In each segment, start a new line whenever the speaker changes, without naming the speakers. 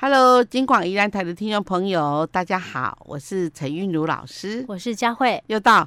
Hello，金广宜兰台的听众朋友，大家好，我是陈韵如老师，
我是佳慧，
又到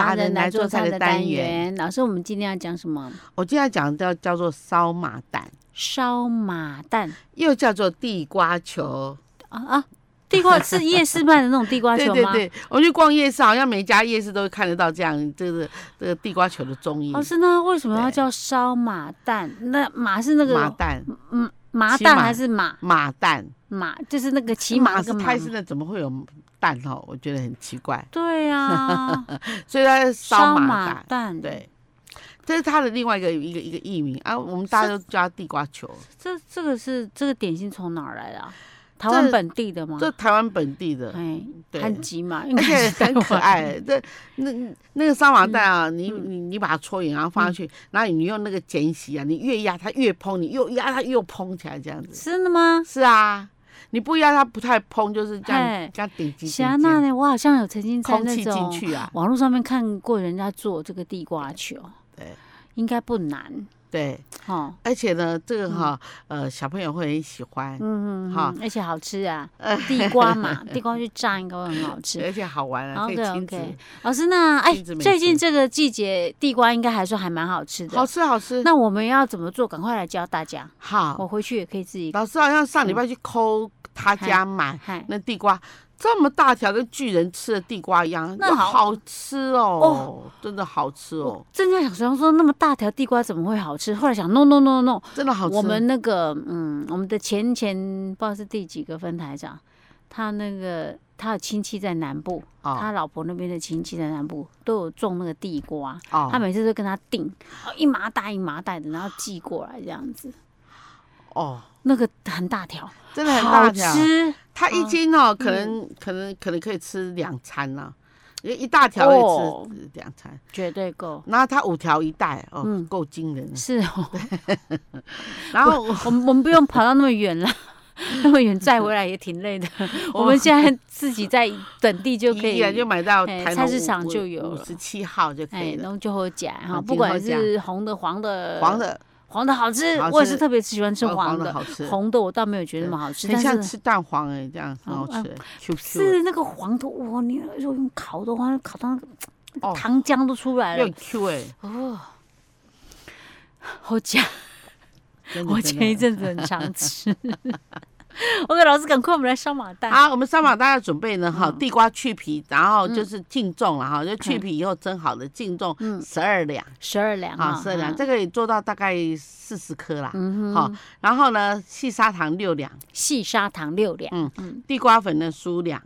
单元。老师，我们今天要讲什么？
我今天要讲的叫做烧马蛋，
烧马蛋
又叫做地瓜球。
啊 啊！地瓜是夜市卖的那种地瓜球
对
吗？
对对，我去逛夜市，好像每家夜市都会看得到这样这个这个地瓜球的踪影
老。师，那为什么要
对
叫烧马蛋？那马是那个
马蛋，
嗯麻
骑
蛋
马
还是马
马蛋，
马？就是那个骑马那
是
个马
泰
吗。
式的，怎么会有蛋哦？我觉得很奇怪，
对啊，
所以它是 烧马
马
蛋。
蛋。，
对，这是它的另外一个一个一个艺名啊，我们大家都叫它地瓜球。
这这个是这个点心从哪儿来的啊？台
这
湾本地的吗？
这台湾本地的，
哎，
对，
很急嘛，应
而
该
且
是
很
哎 台
可
湾。
爱。这那那个烧马蛋啊，你你
嗯
你把它搓圆，然后放上去，然后你用那个剪洗啊，你越压它越蓬，你又压它又蓬起来，这样子。
真的吗？
是啊，你不压它不太蓬，就是这样
嘿
这样顶级
霞娜
顶
啊呢？我好像有曾经
级，
在
空
那
气进
种
去啊，
网络上面看过人家做这个地瓜球，
对
应该不难
对。
哦。
而且呢，这个哈，呃，小朋友会很喜欢，
嗯嗯嗯，
好
好，而且好吃 啊，地瓜嘛，地瓜去炸应该会很好吃。
而且好玩啊，可以
OK
亲子
哦 OK，，老师那哎，
亲子美
最近
食
这个季节地瓜应该还算还蛮好吃
好
的。
吃好吃。
那我们要怎么做？赶快来教大家，
好
我，回去也可以自己。
老师好像上礼拜去抠他家买。
嗨，
那地瓜这么大条，跟巨人吃的地瓜一样，
那
哇
好
好吃哦，真的好吃哦
我，正在想说说那么大条地瓜怎么会好吃，后来想 no no no no，no，
真的好吃。
我们那个嗯，我们的前前不知道是第几个分台长，他那个他的亲戚在南部，
哦
他老婆那边的亲戚在南部都有种那个地瓜，他
哦
每次都跟他订哦一麻袋一麻袋的，然后寄过来这样子，
哦，
那个很大条，
真的很大
好
条，
吃，嗯
它一斤哦，可能可能可能可以吃两餐呢，因为一大条可
哦
以吃两餐，
绝对够。
然后它五条一袋哦
嗯，
够惊人。
是哦，
然后
我们我们不用跑到那么远了。 那么远再回来也挺累的，我们现在自己在本地就可 以
依，哦然就买到
哎
台
菜市场就有
五
了
十七号就可
哎
以，
然
了，
后就会夹哈，
嗯
不
今后
管
夹
是红的、黄的、
黄的
黄的好吃
好，吃
我也是特别喜欢吃
哦
黄
的
的。
好吃，
红的我倒没有觉得那么好吃，
很像
但是
吃蛋黄哎，这样很好
哦啊
吃，Q Q 的
是那个黄的，哇！你如果用烤的话，烤到那个
哦，
糖浆都出来
又
了
很，Q 哎。
哦，好假！
真的
我
真
前一
的
阵子很常吃。OK，老师，赶 快我们来烧马蛋。
好，我们三宝大家准备呢哈，
嗯
地瓜去皮，然后就是净重了哈，就去皮以后蒸好的净重
嗯
十二两
十二两
啊，十二两，
哈
这个也做到大概四十颗啦。
嗯
好
哼，，
然后呢，细砂糖六两，
细砂糖六两，
嗯
嗯，
地瓜粉呢数两，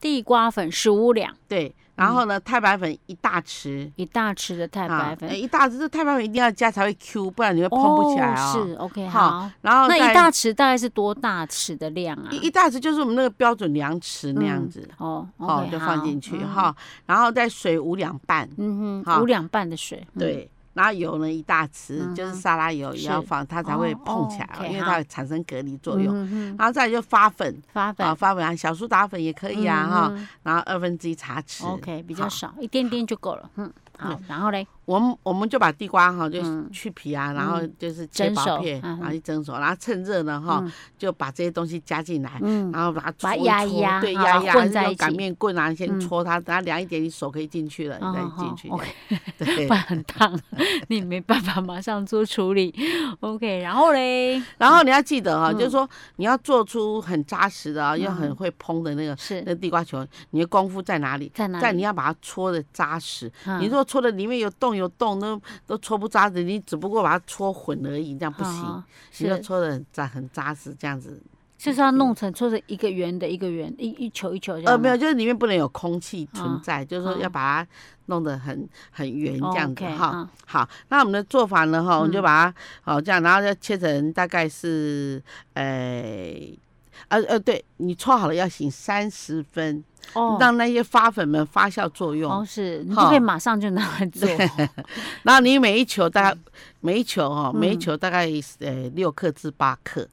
地瓜粉十五两，
对，然后呢，太白粉一大匙，
一大匙的嗯太白
啊
粉
哎，一大匙，这太白粉一定要加才会 Q，不然你会蓬不起来
哦
哦。
是 OK，
好
好。
然后
那
再
一大匙大概是多大匙的量啊？
哦一一大匙就是我们那个标准量匙那样子，
哦
哦，
，OK，
就
好嗯
放进去。哈，然后再水五两半，
嗯嗯
好
哼，五两半的水，嗯，
对，然后油呢一大匙，
嗯
就是
哼
沙拉油也要
是
放，它才会
哦
碰
哦
起来啊，
，OK，
因为
好
它会产生隔离作
嗯
用。
哼哼
然后再来就发粉
发
啊，
粉
发粉啊，小苏打粉也可以啊哈。
嗯哼
然后二分之一茶匙。
，OK，比较
好
少，一点点就够了，嗯，好，然后嘞，
我们我们就把地瓜哈就
嗯
去皮啊，然后就是切
蒸
薄
熟
片，
嗯哼
然后去蒸熟，然后趁热呢哈
嗯
就把这些东西加进来。
嗯，
然后把它
把它
搓一
压一
搓
压
对，
好
压
吧
一压，
混
还是
在
用
一
擀
起
面棍啊，先
嗯哦
搓它，等它凉一点，你手可以进去了，你再进去。
，OK，
对
不，然很烫，你没办法马上做处理，OK，然后嘞，
然后你要记得哈、
嗯
就是说你要做出很扎实的、啊，又很
嗯
会烹的那个
是
那地瓜球，你的功夫在哪里？
在哪
呃
里？
在你要把它搓的扎实。
嗯
你如果搓的里面有洞有洞，都都搓不扎实，你只不过把它搓混而已，这样不行。
好
你要
哦是
搓的很扎很扎实，这样子。
就是要弄成搓成一个圆的，一个圆，一一球一球这样吗，
呃，没有，就是里面不能有空气存
啊
在，就是说要
啊
把它弄得很很圆这样子
OK，
哈。
嗯
好，那我们的做法呢？哈，我们就把它哦这样，然后再切成大概是，呃，呃呃，对你搓好了要醒三十分，
哦。
让那些发粉们发酵作用。
哦，是你就
哈
可以马上就拿来做，
然后你每一球大概、每一球哈、哦，
嗯
每一球大概呃六克至八克，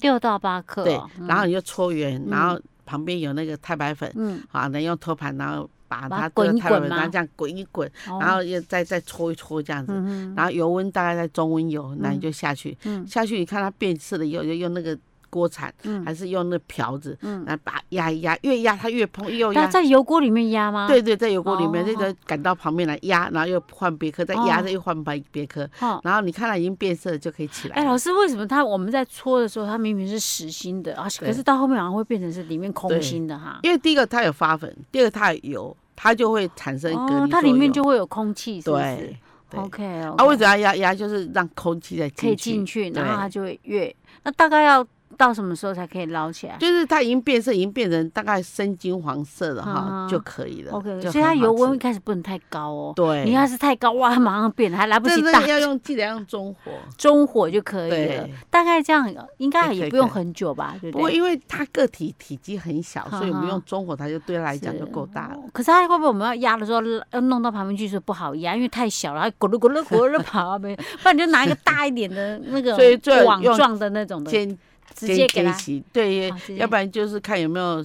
六到八克
对
哦，，
然后你就搓圆，然后旁边有那个太白粉，
嗯，
好，能用托盘然后把它
把它
这个
滚一
太白
滚
粉，然后
吗
这样滚一滚，
哦
然后又再再搓一搓这样子，
嗯哼
然后油温大概在中温油，那你
嗯
就下去，
嗯
下去你看它变色了以后，就用那个锅铲，
嗯
还是用那瓢子，
嗯
来把它压一压，越压它越蓬，又
那
压。
在油锅里面压吗？
对对，在油锅里面，
哦
这个赶到旁边来压，然后又换别颗，再压，
哦
再又换别别颗，
哦，
然后你看它已经变色了就可以起来
哎，
了。
老师，为什么它我们在搓的时候，它明明是实心的，而且可
对
是到后面好像会变成是里面空
对
心的哈？
因为第一个它有发粉，第二个它有油，它就会产生隔离作
哦
用。，
它里面就会有空气，是不是
对。对
？OK，
啊，为什么要压压？就是让空气再
可
进
以
去
进。去，
对
然后它就会越。那大概要到什么时候才可以捞起来
就是它已经变色，已经变成大概深金黄色了哈，
嗯
就可以了。
？OK，
就
所以它
很好
油温
吃
一开始不能太高哦。
对，
你要是太高哇，它马上变了，还来不及
这这
大
个要用记得要用中火。
中火就可以了
对。
大概这样应该
对可
也
以
不用
可以
很久吧，对
不
不
过
对？
因为它个体体积很小，所以我
哈哈
们用中火，它就对它来讲
是哦
就够大了。
可是它会不会我们要压的时候，要弄到旁边去是不好压，因为太小了，它咕噜咕噜咕 噜跑没，不然你就拿一个大一点的那个
所以最好
网
用
状的那种的，
煎
直接给
煎
它
case，对
哦直接，
要不然就是看有没有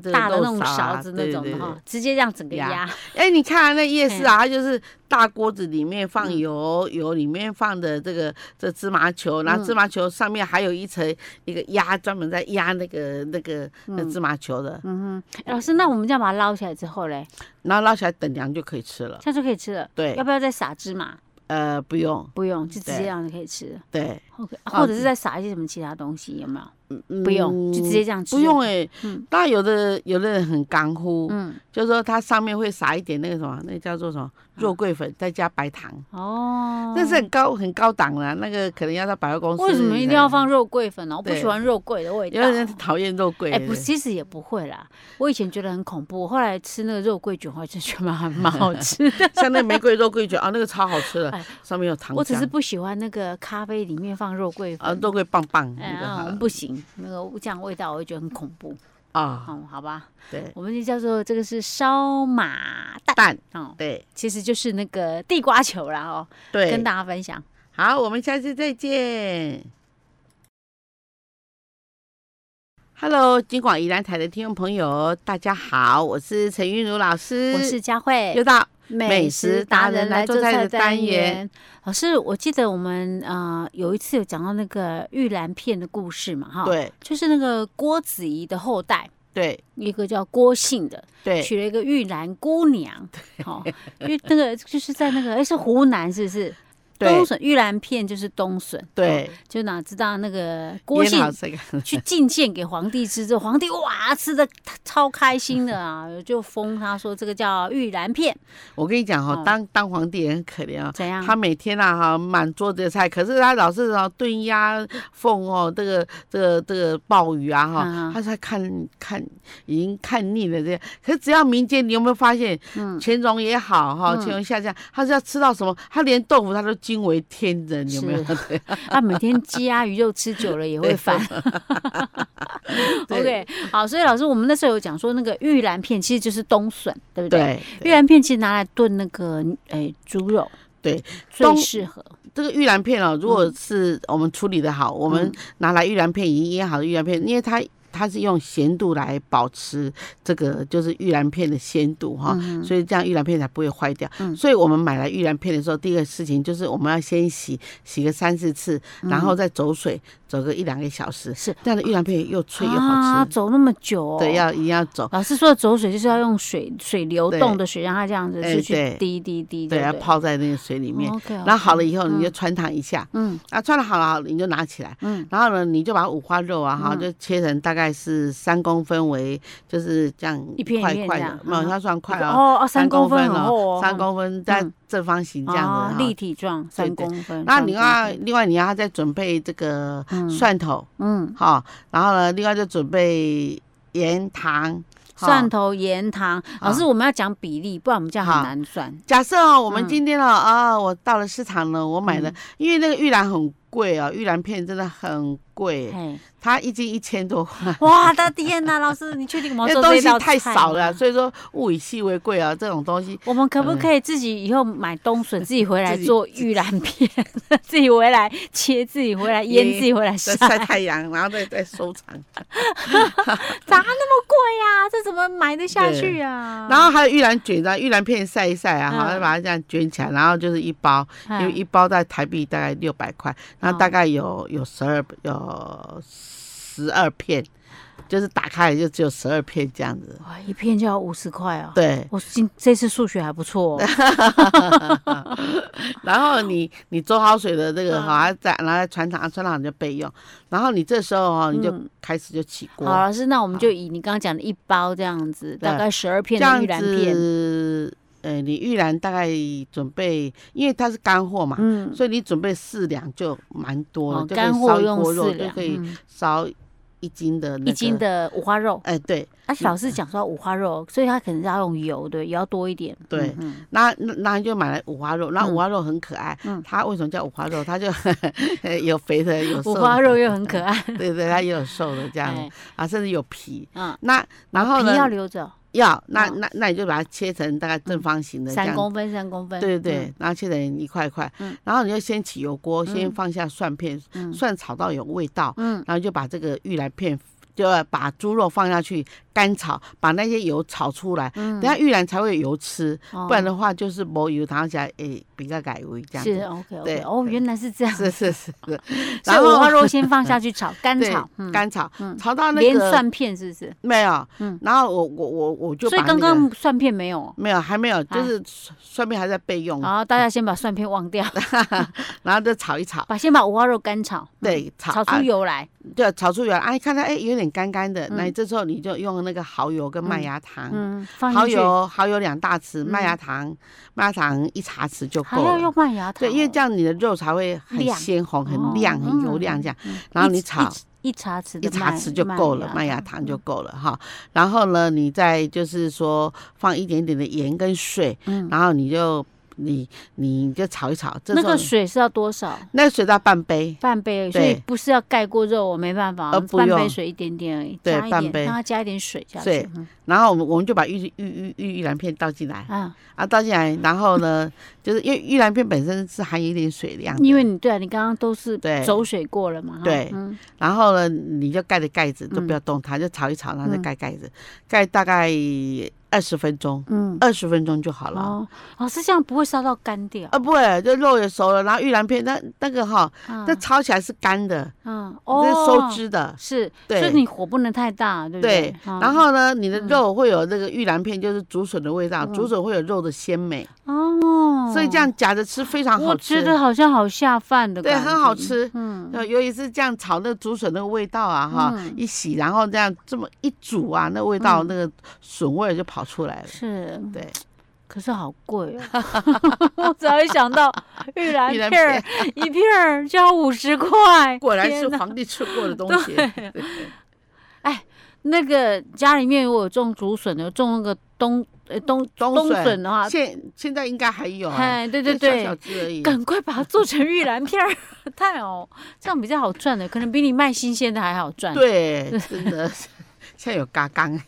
这个
大的那
肉
种
啊
勺子那
对
种
对
的
对
哈，直接这样整个
压
压，
哎，你看、啊、那夜市啊，它就是大锅子里面放
嗯
油，油里面放的这个这芝麻球，然
嗯
后芝麻球上面还有一层一个压，专门在压那个那个
嗯
那芝麻球的，
哎老师，那我们这样把它捞起来之后嘞，
然后捞起来等凉就可以吃了。
这样就可以吃了。
对
要，不要再撒芝麻？
呃，不用，
不用，就直接
对
这样就可以吃了。
对，
OK，
啊
或者是再撒一些什么其他东西，有没有？
嗯
不用，就直接这样吃。
不用。哎、
嗯
当然有的有的人很干乎，
嗯，
就是说它上面会撒一点那个什么，那个叫做什么肉桂粉，再加白糖，
哦。
那是很高很高档的啊、那个可能要到百货公司。
为什么一定要？放肉桂粉呢？我不
对
喜欢肉桂的味道。
有的人讨厌肉桂。
哎、
对
不，其实也不会啦。我以前觉得很恐怖，后来吃那个肉桂卷，我就觉得蛮 蛮好吃的。
像那玫瑰肉桂卷啊，那个超好吃
哎
的，上面有糖
我只是
浆
不喜欢那个咖啡里面放肉桂粉。
啊，肉桂棒棒
哎
那个
呀，我们
哈
不行，那个这样味道我会觉得很恐怖。
啊，
嗯，好吧，
对
我们就叫做这个是烧马蛋
蛋，
哦，
对
其实就是那个地瓜球啦哦，
对
跟，大家分享。
好，我们下次再见。Hello，金广宜兰台的听众朋友，大家好，我是陈韵如老师，
我是佳慧
又，到
美食达人来做菜
美食达人来做菜的
的单
单
元
元。
老师，我记得我们呃有一次有讲到那个玉兰片的故事嘛，哈，，
对
就是那个郭子仪的后代。
对
一个叫郭姓的，
对
娶了一个玉兰姑娘，好、因为那个就是在那个，哎，是湖南是不是？冬
对
笋玉兰片就是冬笋，哦
对，
就哪知道那个郭
腌
姓
好这个
去进献给皇帝吃，之后皇帝哇吃的超开心的啊，就封他说这个叫玉兰片，
我跟你讲
哦
哦，当当皇帝也很可怜啊、
怎样？
他每天啊哈满桌子的菜，可是他老是啊炖鸭、凤哦，这个这个这个鲍鱼啊
嗯
哈，他在看看已经看腻了这样。可是只要民间，你有没有发现，
嗯
乾隆也好哈，
嗯
乾隆下降，他是要吃到什么，他连豆腐他都惊为天人，有没有？ 对
啊，每天鸡鸭鱼肉吃久了也会烦。
对
OK，好，所以老师，我们那时候有讲说，那个玉兰片其实就是冬笋，对不对？
对
玉兰片其实拿来炖那个诶猪肉，
对，
最
冬
适合。
这个玉兰片哦，如果是我们处理的好，我们
嗯
拿来玉兰片已经腌好的玉兰片，因为它它是用咸度来保持这个就是玉兰片的鲜度哈、所以这样玉兰片才不会坏掉。
嗯
所以我们买来玉兰片的时候，第一个事情就是我们要先洗洗个三四次，然后再走水，走个一两个小时，
嗯是
这样的玉兰片又脆又
啊，
好吃。
走那么久哦。
对，要一定要走。
老师说的走水就是要用水水流
对
动的水，让它这样子
哎
就去
对
滴滴滴，
对，
不哦
要泡在那个水里面。
OK，
然后好了以后，你就
嗯
穿烫一下。
嗯
啊，穿的好了好了，你就拿起来。
嗯
然后呢，你就把五花肉啊哈，
嗯
就切成大概是三公分为，就是这样
一片一
块
片
块
这样
的，没有
嗯
它算块哦，
哦哦，三公分很厚哦，
三公分在
嗯
正方形这
哦
样子
立
哈。
体状
对
三
对
公分。
那
三
另
公
外
分
另外你要再准备这个
嗯
蒜头
嗯，
哈，然后呢，另外就准备盐糖。哈
蒜头、盐糖，老
好
师我们要讲比例，不然我们这样很
好
难算。
假设哦，我们
嗯
今天哦啊，我到了市场呢，我买了
嗯，
因为那个玉兰很贵哦，玉兰片真的很贵，
嘿，
它一斤一千多块。
哇，我的天呐，老师，你确定我们
因
要
为东
做这
西
道
太
菜
少
吗
了，所以说物以稀为贵啊，这种东 西。
我们可不
嗯
可以自己以后买冬笋， 自己回来
自己
做玉兰片， 自己回来切，自己回来腌，
腌
自己回来
在
晒？
晒太阳，然后再再收藏，
咋那么贵呀、这怎么买得下
对
去啊？
然后还有玉兰卷，然后玉兰片晒一晒啊，
嗯
好，再把它这样卷起来，然后就是一包，因为
嗯
一包在台币大概六百块，然后大概有有十二有十二片，就是打开来就只有十二片这样子。
哇，一片就要五十块啊！，
对，
我今这次数学还不错、哦，
然后你你做好水的这个
嗯
哈，再拿来穿堂，穿堂你就备用。然后你这时候哈，你就开始就起锅，
嗯好老师，那我们就以你刚刚讲的一包这样子，
对
大概十二
这
片的
样
玉兰片，
子，呃，你玉兰大概准备，因为它是干货嘛，
嗯，
所以你准备四两就蛮多了，
哦
就可
干
以烧
货
一
用
锅肉，
四
就
两，
可以
嗯
烧一斤的那个
一斤。的五花肉。
哎，对，
而且老师讲说要五花肉，所以他可能是要用油，对，也要多一点。
对
嗯，嗯
那那那你就买来五花肉，那五花肉很可爱，
嗯
它为什么叫五花肉？它就 有肥的，有瘦
五
的，
花肉又很可爱。
对对，它也有瘦的这样
哎
啊，甚至有皮。
嗯，
那然后
皮
呢？
要留着，
要那
嗯
那那你就把它切成大概正方形的这
三
样。
公分，三公分。
对对对，然后切成一块一块
嗯，
然后你就先起油锅，先
嗯
放下蒜片，
嗯，嗯
蒜炒到有味道，
嗯，
然后就把这个玉兰片，就要把猪肉放下去干炒，把那些油炒出来，
嗯
等下玉兰才会有油吃，
哦
不然的话就是没油，然后起来诶比较改味这样
是
子。
OK
对
OK。哦，
对
原来是这样。
是 是是是，
所以五花肉 先放下去炒，干
对
炒，嗯，
干炒，
嗯
炒到那
连
个
蒜片是不是？
没有
嗯，
然后我我我我就
所以
把那
刚
个
刚蒜片没有，
没有还没有，就
哎
是蒜蒜片还在备用，
然后大家先把蒜片 忘掉，
然后就炒一炒。
把先把五花肉干炒，嗯，
对，炒
炒出
啊
油来，
对，炒出油来，哎、看它哎、有点干干的，那、
嗯
这时候你就用那个蚝油跟麦芽糖，
嗯，放
蚝
进去，
油蚝油两大匙，
嗯
麦芽糖麦芽糖一茶匙就
还
够
要
了
用。麦芽糖哦，
对，因为这样你的肉才会很
亮
鲜红、很
哦
亮、很油
嗯
亮这样。
嗯
然后
一
你
茶
炒
一茶匙的
一茶
麦嗯
匙就够了，麦芽糖就够了哈。然后呢，你再就是说放一点点的盐跟水，
嗯，
然后你就你你就炒一炒。这
那
时候
个水是要多少？
那个水到半杯，
半杯而已，
对
所以不是要盖过肉，我没办法
呃，不
半
用
杯水一点点而已，
对
加一
半
点，
杯
让它加一点水下
对
去，嗯
然后我们我们就把玉玉玉玉玉兰片倒进来
啊，
啊，倒进来，然后呢，就是因为玉兰片本身是含有一点水量的，
因为你对啊，你刚刚都是
对
走水过了嘛，哈
对
嗯
然后呢，你就盖着盖子，都不要动它，就炒一炒，然后
嗯
再盖盖子，盖大概二十分钟，
嗯，
二十分钟就好了。
哦，哦是这样，不会烧到干掉
啊，不会，这肉也熟了，然后玉兰片那那个哈，
啊
那炒起来是干的，
嗯，
这是收
哦，
汁的。
是，
对
所以你火不能太大，对不
对
对，？啊
然后呢，你的肉会有那个玉兰片，就是竹笋的味
嗯
道，竹笋会有肉的鲜美，
哦，
所以这样夹着吃非常好
我
吃
觉，得好像好下饭的，
对，很好，吃。
嗯，
呃尤其是这样炒那个竹笋那个味道啊，哈，一洗，然后这样这么一煮啊，那味
嗯
道那个笋味儿就跑出来了。
是，
对，
可是好贵哦！我只要一想到玉兰
玉
片
兰
儿一片儿就要五十 块，
果然
天
是
哪
皇帝吃过的东西。
那个家里面我有种竹笋的，有种那个冬呃冬冬笋的话，
现现在应该还有啊，
哎，对对
就小
对
小，只而已。
赶快把它做成玉兰片儿，太好，这样比较好赚的，可能比你卖新鲜的还好赚。
对，真的， 现在有嘎缸，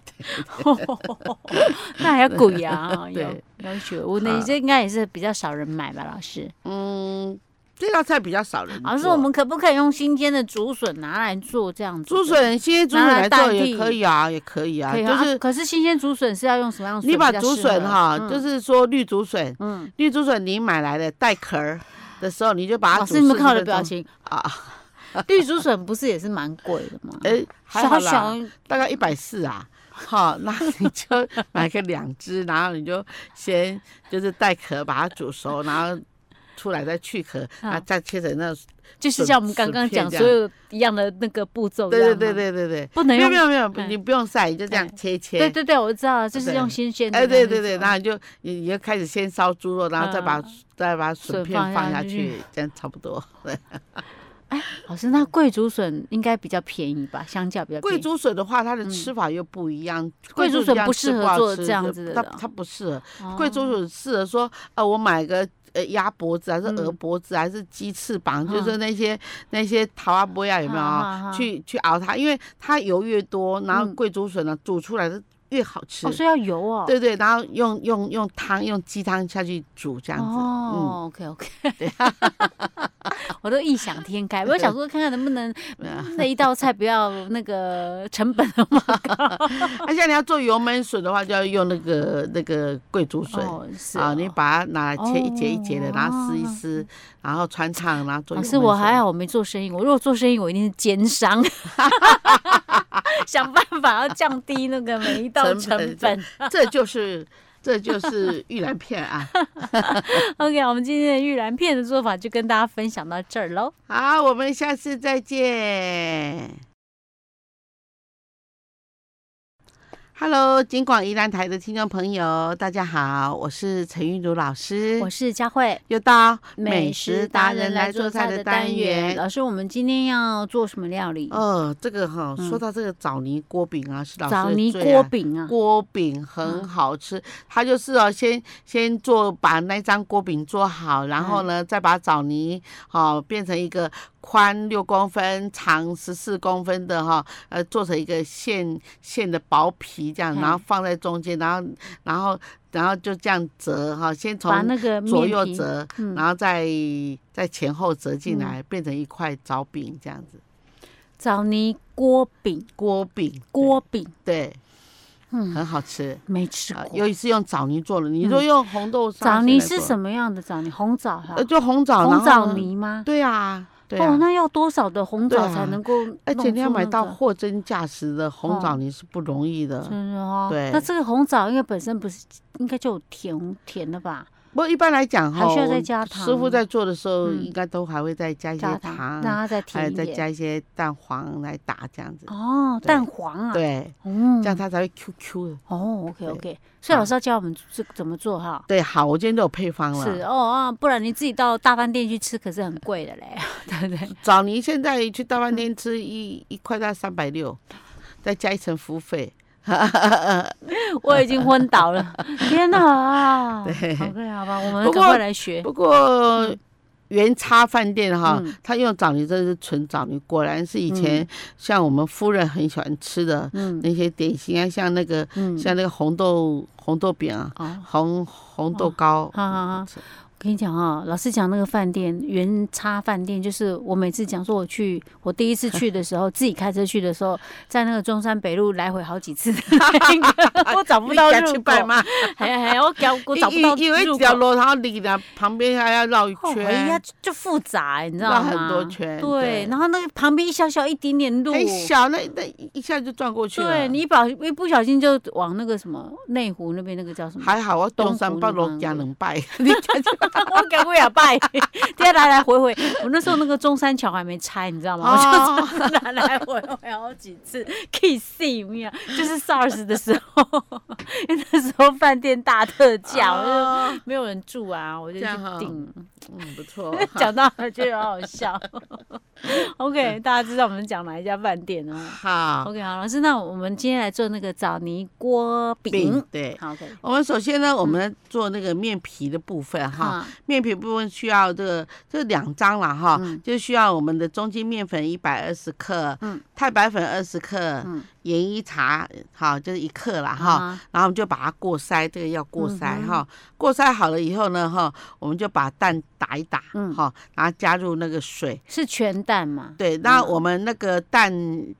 那还要贵啊，
对
要要学我那
啊
这应该也是比较少人买吧，老师。
嗯，这道菜比较少人做。
老师，我们可不可以用新鲜的竹笋拿来做这样子的？
竹笋，现在竹笋
拿来
来做
代
也
替
可以啊，也可以啊，
可以
就
啊
是
可是新鲜竹笋是要用什么样的
你
哦比
把
较
竹
适合
笋哈，
嗯
就是说绿竹笋，
嗯，
绿竹笋你买来的带壳儿的时候，你就把它
老
煮
师你们
40
看我的
分
表
钟
情，
啊，
绿竹笋不是也是蛮贵的吗？
哎，还好
小
啦
小，
大概一百四啊。好，那 你就买个两只，然后你就先就是带壳把它煮熟，然后出来再去壳，
好
然后再切成那
就是像我们刚刚讲
笋片这样
所有一样的那个步骤，
对对对对
对，
对对，
不能
没有
用
没。有没有，不
哎
你不用晒，你就这样切切。
对对对，我知道了，就是
对
用新鲜的。
哎，对对对，然，后你就你你就开始先烧猪肉，然后再把再把笋
嗯笋
片
放
放
下
下
去
去，这样差不多。对
老师，那贵竹笋应该比较便宜吧？相较比较
贵
便宜。
竹笋的话，它的
嗯
吃法又不一样。
贵
竹
竹笋
这样
不
吃
适合
好
做
吃
这
就
样子的
它
哦
它不适合。
哦
贵竹笋适合说，呃，我买个呃鸭脖子，还是鹅
嗯
脖子，还是鸡翅膀，就是
嗯
那些那些桃花波呀，有没有
好
啊？
好好
去去熬它，因为它油越多，然后
嗯
贵竹笋呢煮出来的越好吃。
哦，所以要油哦。
对对，然后用用用汤用鸡汤下去煮这样子，嗯，
哦 ，OK OK，我都异想天开，我想说看看能不能
啊
那一道菜不要那个成本那 么高。
那啊现在你要做油焖笋的话，就要用那个那个桂竹笋。
哦，是
啊，
哦
你把它拿来切一节一节的，
哦
然后撕一撕，然后穿烫，然后做油
老
焖
师，
笋。
我还好，我没做生意。我如果做生意，我一定是奸商， 想办法要降低那个每一道
成
成
本
本。
这就是这就是玉兰片啊！
OK，我们今天的玉兰片的做法就跟大家分享到这儿喽。
好，我们下次再见。Hello，金广宜兰台的听众朋友，大家好，我是陈玉茹老师
我，是佳慧，
又到单元
老师，我们今天要做什么料理？
哦，这个哈、
嗯
说到这个枣泥锅饼啊，是老师
枣泥
最
锅
爱
饼啊。
锅饼
嗯
很好吃，它就是哦，先先做把那张锅饼做好，然
嗯
后呢，再把枣泥哦变成一个宽六公分、长十四公分的哈、呃，做成一个线线的薄皮这样，
嗯
然后放在中间，然后然后然后就这样折哈、先
把
从
那个面
左右
皮
折，
嗯
然后再再前后折进来，变成一块枣饼这样子，
枣泥锅饼，
锅饼
锅饼
对，
嗯
很好吃。
没吃
啊
过。，
尤其是用枣泥做的。你说用红豆沙
嗯枣泥是什
么？
么样的枣泥？红枣哈
呃，，就红枣，然
红
后
枣
呢。
泥吗？
对啊，对
哦
啊，。
那要多少的红
对
枣
啊
才能够、
而且你要买到
红
货真价实的红枣
哦
泥是不容易的。
真的哦。
对
那这个红枣应该本身不是，应该就有甜甜的吧？
不过一般来讲哈，
还需要
我
再加糖
师傅在做的时候，
嗯
应该都还会再加一些
加
糖
让，它再
还
甜
有
一
再
点。
加一些蛋黄来打这样子。
哦，
对
蛋黄啊。。
对，
嗯
这样它才会 Q Q 的。
哦，OK
对
OK，所以老师要教我们这个怎么做哈。
对，好，我今天都有配方
是
了。
哦啊，不然你自己到大饭店去吃可是很贵的嘞， 对不对？
枣泥现在去大饭
嗯
店吃一一块大概三百六，再加一层服务费。
我已经昏 倒了，天哪！
对
，OK，好吧，我们
不
赶
过
快来学。
不过原叉饭店哈
嗯，
他用枣泥真的是纯枣泥，果然是以前像我们夫人很喜欢吃的
嗯
那些点心啊，像那个
嗯，
像那个红豆红豆饼啊，
哦，
红红豆糕。
好好好，我跟你讲啊、老师讲那个饭店原叉饭店，就是我每次讲说我去，我第一次去的时候，自己开车去的 时候，在那个中山北路来回好几次，我找不到
去
入口
拜，嘛，
还还我搞我找不到 哦
因因为
入
一条
口。
路，然后里的旁边还要绕一
后悔呀
圈，，
就复杂、你知道
绕
吗？
很多圈
对，
对哎
然后那个旁边一小小一点点路，
很小，那那一下就转过去了。
对你一不一不小心就往那个什么内湖那边那个叫什么？
还好我
东
中山
湖
北
那
路
边
行两摆，你看 这个
我赶过 也拜，天啊来来回回，我那时候那个中山桥还没拆，你知道吗？我就
哦
来来回回好几次，kiss me 啊，就是 SARS 的时候，因为那时候饭店大特价，我
哦
就没有人住啊，我就
这
去
样哈
订。
嗯，不错。
讲到了就好好笑。OK，大家知道我们讲哪一家饭店哦
嗯好，
？OK，好，老师，那我们今天来做那个枣泥锅饼
饼。对。
好，OK，
我们首先呢，我们
嗯
做那个面皮的部分哈，呃
好，
面皮部分需要这个这两张了哈，
嗯
就需要我们的中筋面粉一百二十克，
嗯
太白粉二十克，
嗯
盐一茶，呃好就是一克啦哈，
啊
然后我们就把它过筛，这个要过筛
嗯哼
哈、过筛好了以后呢哈，我们就把蛋打一打
嗯
哈，然后加入那个水，
是全蛋嘛？
对，那我们那个蛋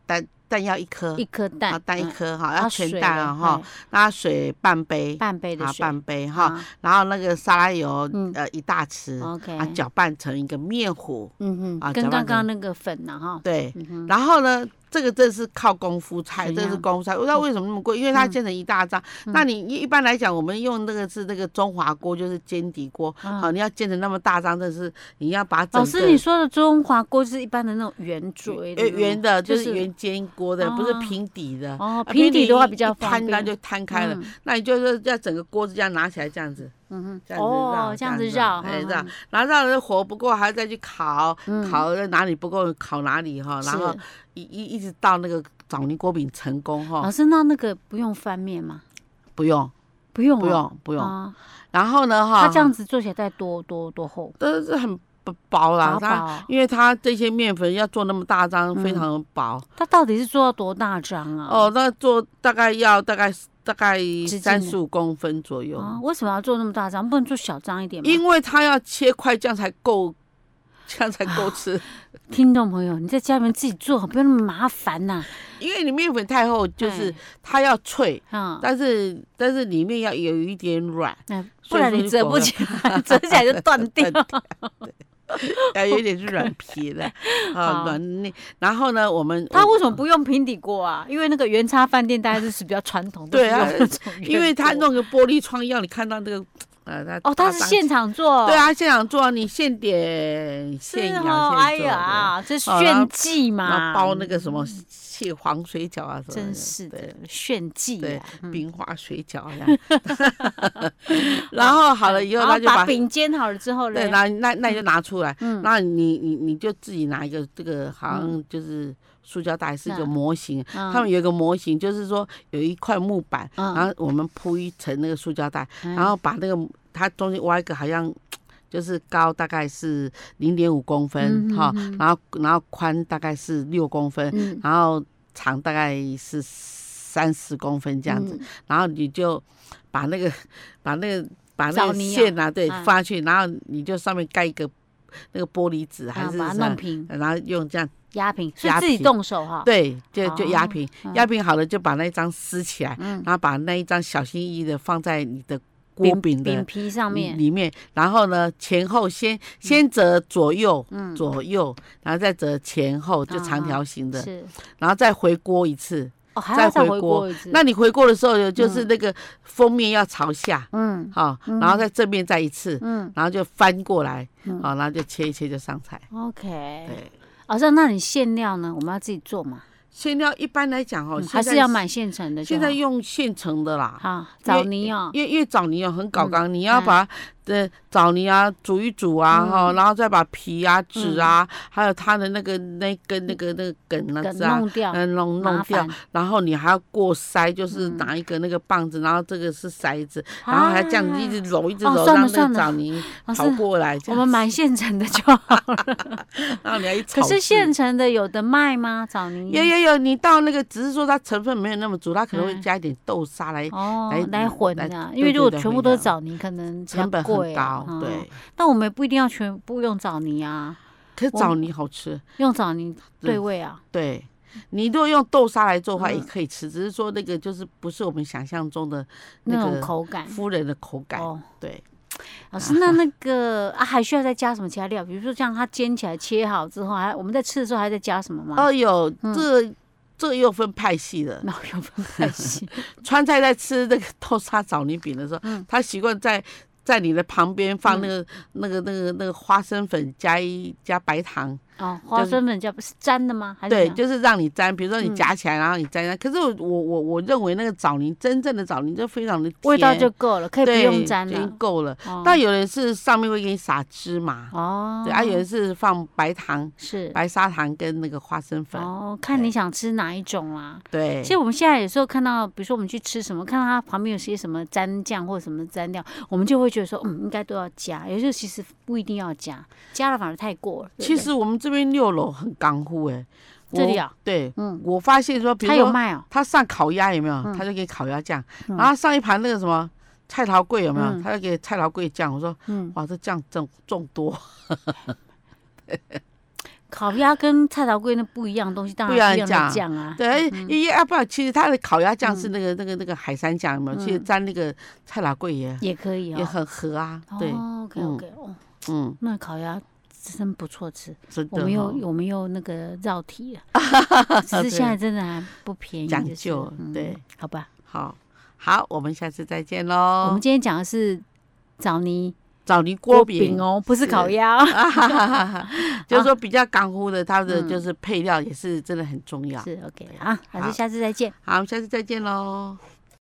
蛋蛋要一颗
一，颗蛋
啊，蛋一，颗哈，
嗯
要
啊
全
水
蛋
嘞
啊哈
嘿，
那水半杯。
半杯的
啊，
水，
半杯哈，
啊
然后那个沙拉油，
嗯
呃，一大匙，
，OK，
啊，搅拌成一个面糊，
嗯
啊
哼，跟
搅拌
刚
成
刚那个粉呢哈，
对。
嗯哼，
然后呢，这个这是靠功夫菜，
怎
这是
样嗯
功夫菜。我不知道为什么那么贵，因为它煎成一大张。那你一一般来讲，我们用那个是那个中华锅，就是煎底锅。哦
啊
好，你要煎成那么大张，这是你要把整
老
个
师哦你说的中华锅就是一般的那种圆锥的
呃
那种，
圆的，就
就是
圆煎锅的，不是
啊
平底的。啊
哦，平底的话
一
比较
一
方
摊
便，
它就摊开了
嗯。
那你就是要整个锅子这样拿起来这样子。
嗯
这
哼，
样子绕
哦，这样子绕，
哎
嗯
绕
嗯，
然后让人火不够，还要再去烤，
嗯
烤在哪里不够烤哪里哈，哦然后
是
一一一直到那个枣泥锅饼成功哈
老，师那那个不用翻面吗？
不用
不用哦，
不用不用，
啊，
然后呢哈，
它这样子做起来再多多多厚，
都是很不薄啦
薄，
它
薄，哦
因为它这些面粉要做那么大张，
嗯
非常薄哦
它到底是做到多大张啊？
哦，那做大概要大概大概
径
三
呢
十五公分左右，
啊，为什么要做那么大张？不能做小张一点吗？
哦因为它要切块，这样才够，这样才
啊
够吃。
听众朋友，你在家里面自己做，不要那么麻烦呐、
因为你面粉太厚，就是
哎
它要脆，
啊，
但是但是里面要有一点软，
那不
所以
然
说
你
就
折
裹
不
了
起来， 折起来就断 掉。
要有一点是软皮 的啊
好
软内。然后呢，我们
他
我
为什么不用平底锅啊？因为那个原叉饭店大家就是比较传统，都
对
是
啊
用那种圆锅
因为它弄个玻璃窗要你看到那个呃，它
哦，他是
打
现场做，
对，啊，现场做你现点现
是
摇
哦，哎
现做的。
呀，这
哦然后
炫技
然
嘛，
后包那个什么蟹黄水饺啊什么
真是
对
的炫技
对
啊，嗯
冰花水饺啊呀。 然后好了以后，
然后
他就把
饼煎好了之后
对，
嘞，
那那那你就拿出来，
嗯
那你你你就自己拿一个这个，好像就是塑胶袋是一个
嗯
模型，
嗯
他们有一个模型，就是说有一块木板，
嗯
然后我们铺一层那个塑胶袋，
嗯
然后把那个它中间挖一个，好像就是高大概是零点五公分
嗯
哈、
嗯嗯
然后然后宽大概是六公分，
嗯
然后长大概是三十公分这样子，
嗯
然后你就把那个 把那个把那
枣
个
泥啊
线啊，对，
嗯
放下去，然后你就上面盖一个那个玻璃纸还
啊
是
把它
什么
弄平
然后用这样
压平，所以
压
自己
平
动手哈，
对，就就压
哦
平
嗯，
压平好了就把那一张撕起来，
嗯
然后把那一张小心翼翼的放在你的锅
饼
饼
饼
的
皮上面，
里面，然后呢前后先先折左右
嗯，啊
左右，然后再折前后，就长条形的，
是
然后再回锅一次。
哦，还
再
要再
回
回
锅
锅一次，
那你回锅的时候，就是那个封面要朝下，
嗯
好，然后再正面再一次，
嗯
然后就翻过来，
嗯
好，然后就切一切就上菜。
，OK，
对，
哦，像那你馅料呢？我们要自己做嘛，
馅料一般来讲哦
嗯，还
现在
是要买现成的就
现
好？
在用现成的啦。
好
因为
枣泥哦，
因为因为枣泥啊很搞刚，你要
嗯
把呃枣泥啊煮一煮啊哈，然后再把皮啊、籽啊，还有它的那个那根那个那个梗啊
嗯梗
子啊，
弄掉，
嗯弄
麻
弄掉
烦，，嗯
然后你还要过筛，就是拿一个那个棒子，然后这个是筛子，然后还这样子一直
啊。
揉一直
哦
揉，
算了
让那
算
个
了
枣泥
老师
跑过来，这样
我们买现成的 就好，
然后你要一炒
可
制。
是现成的有的卖吗？枣泥
有有有，你到那个只是说它成分没有那么足，它可能会
嗯
加一点豆沙来，
哦
来，
来混的
来
啊，因为如果
对对对
全部都
会
是
的
枣泥，可能比较
成本
贵
很
啊
高，。对
嗯。但我们也不一定要全部用枣泥啊，
可是
我
枣泥好吃，
用枣泥
对
对味啊。
对，你如果用豆沙来做的话，
嗯
也可以吃，只是说那个就是不是我们想象中的
那种
个
口感。
夫人的口感。啊
哦，
对，
老师，那那个啊，还需要再加什么其他料？比如说像它煎起来切好之后，还我们在吃的时候还在加什么吗？
哦有
嗯
这这又分派系了。
没有分派系，
川菜在吃那个 豆沙枣泥饼的时候，
嗯
他习惯在。在你的旁边放那个、那个、那个、那个花生粉加一加白糖，
哦，花
就是
生粉加是粘的吗？还是
对，
怎样
就是让你沾。比如说
嗯
你夹起来，然后你沾沾。可是我我我我认为那个枣泥真正的枣泥就非常的甜，
味道就够了，可以不
对
用沾
就已经
了。
够了。
哦
但有人是上面会给你撒芝麻，
哦，
对啊，有的是放白糖、
是
白砂糖跟那个花生粉，
哦，看你想吃哪一种啦、
对
其，实我们现在有时候看到，比如说我们去吃什么，看到它旁边有些什么蘸酱或什么蘸料，我们就会觉得说，嗯，应该都要加。有时候其实不一定要加，加了反而太过了。对不
其
对
实我们这边六楼很干乎哎，我
这里啊，
对，
嗯，
我发现说，比如
它有
说
卖哦、
他上烤鸭有没有，
嗯
他就给烤鸭酱，
嗯
然后上一盘那个什么。菜桃桂有没有？
嗯
他就给菜桃桂酱，我说
嗯，
哇，这酱重重多，
烤鸭跟菜桃桂那不一样的东西，当
不一样
然
的
不一样的酱啊。
对，因为啊不，其实他的烤鸭酱是那个那个那个海山酱有没有？
嗯
其实沾那个菜桃桂也
也可以
也
哦。
很合啊，对，
哦，OK OK，哦，
嗯，
那烤鸭真不错吃。
真的
我们又
哦
我们又那个 绕题了，只是现在真的还不便宜，
讲
就是
究
嗯
对
好吧。
好好，我们下次再见
我
喽
们。今天讲的是枣泥
枣泥哦锅饼，
哦，不是
是
烤鸭哦。
啊哈哈哈哈 就是说比较港乎的，它
嗯
的就是配料也是真的很重要。
是 OK 啊，还
好
是下次再见。
好，我们下次再见喽。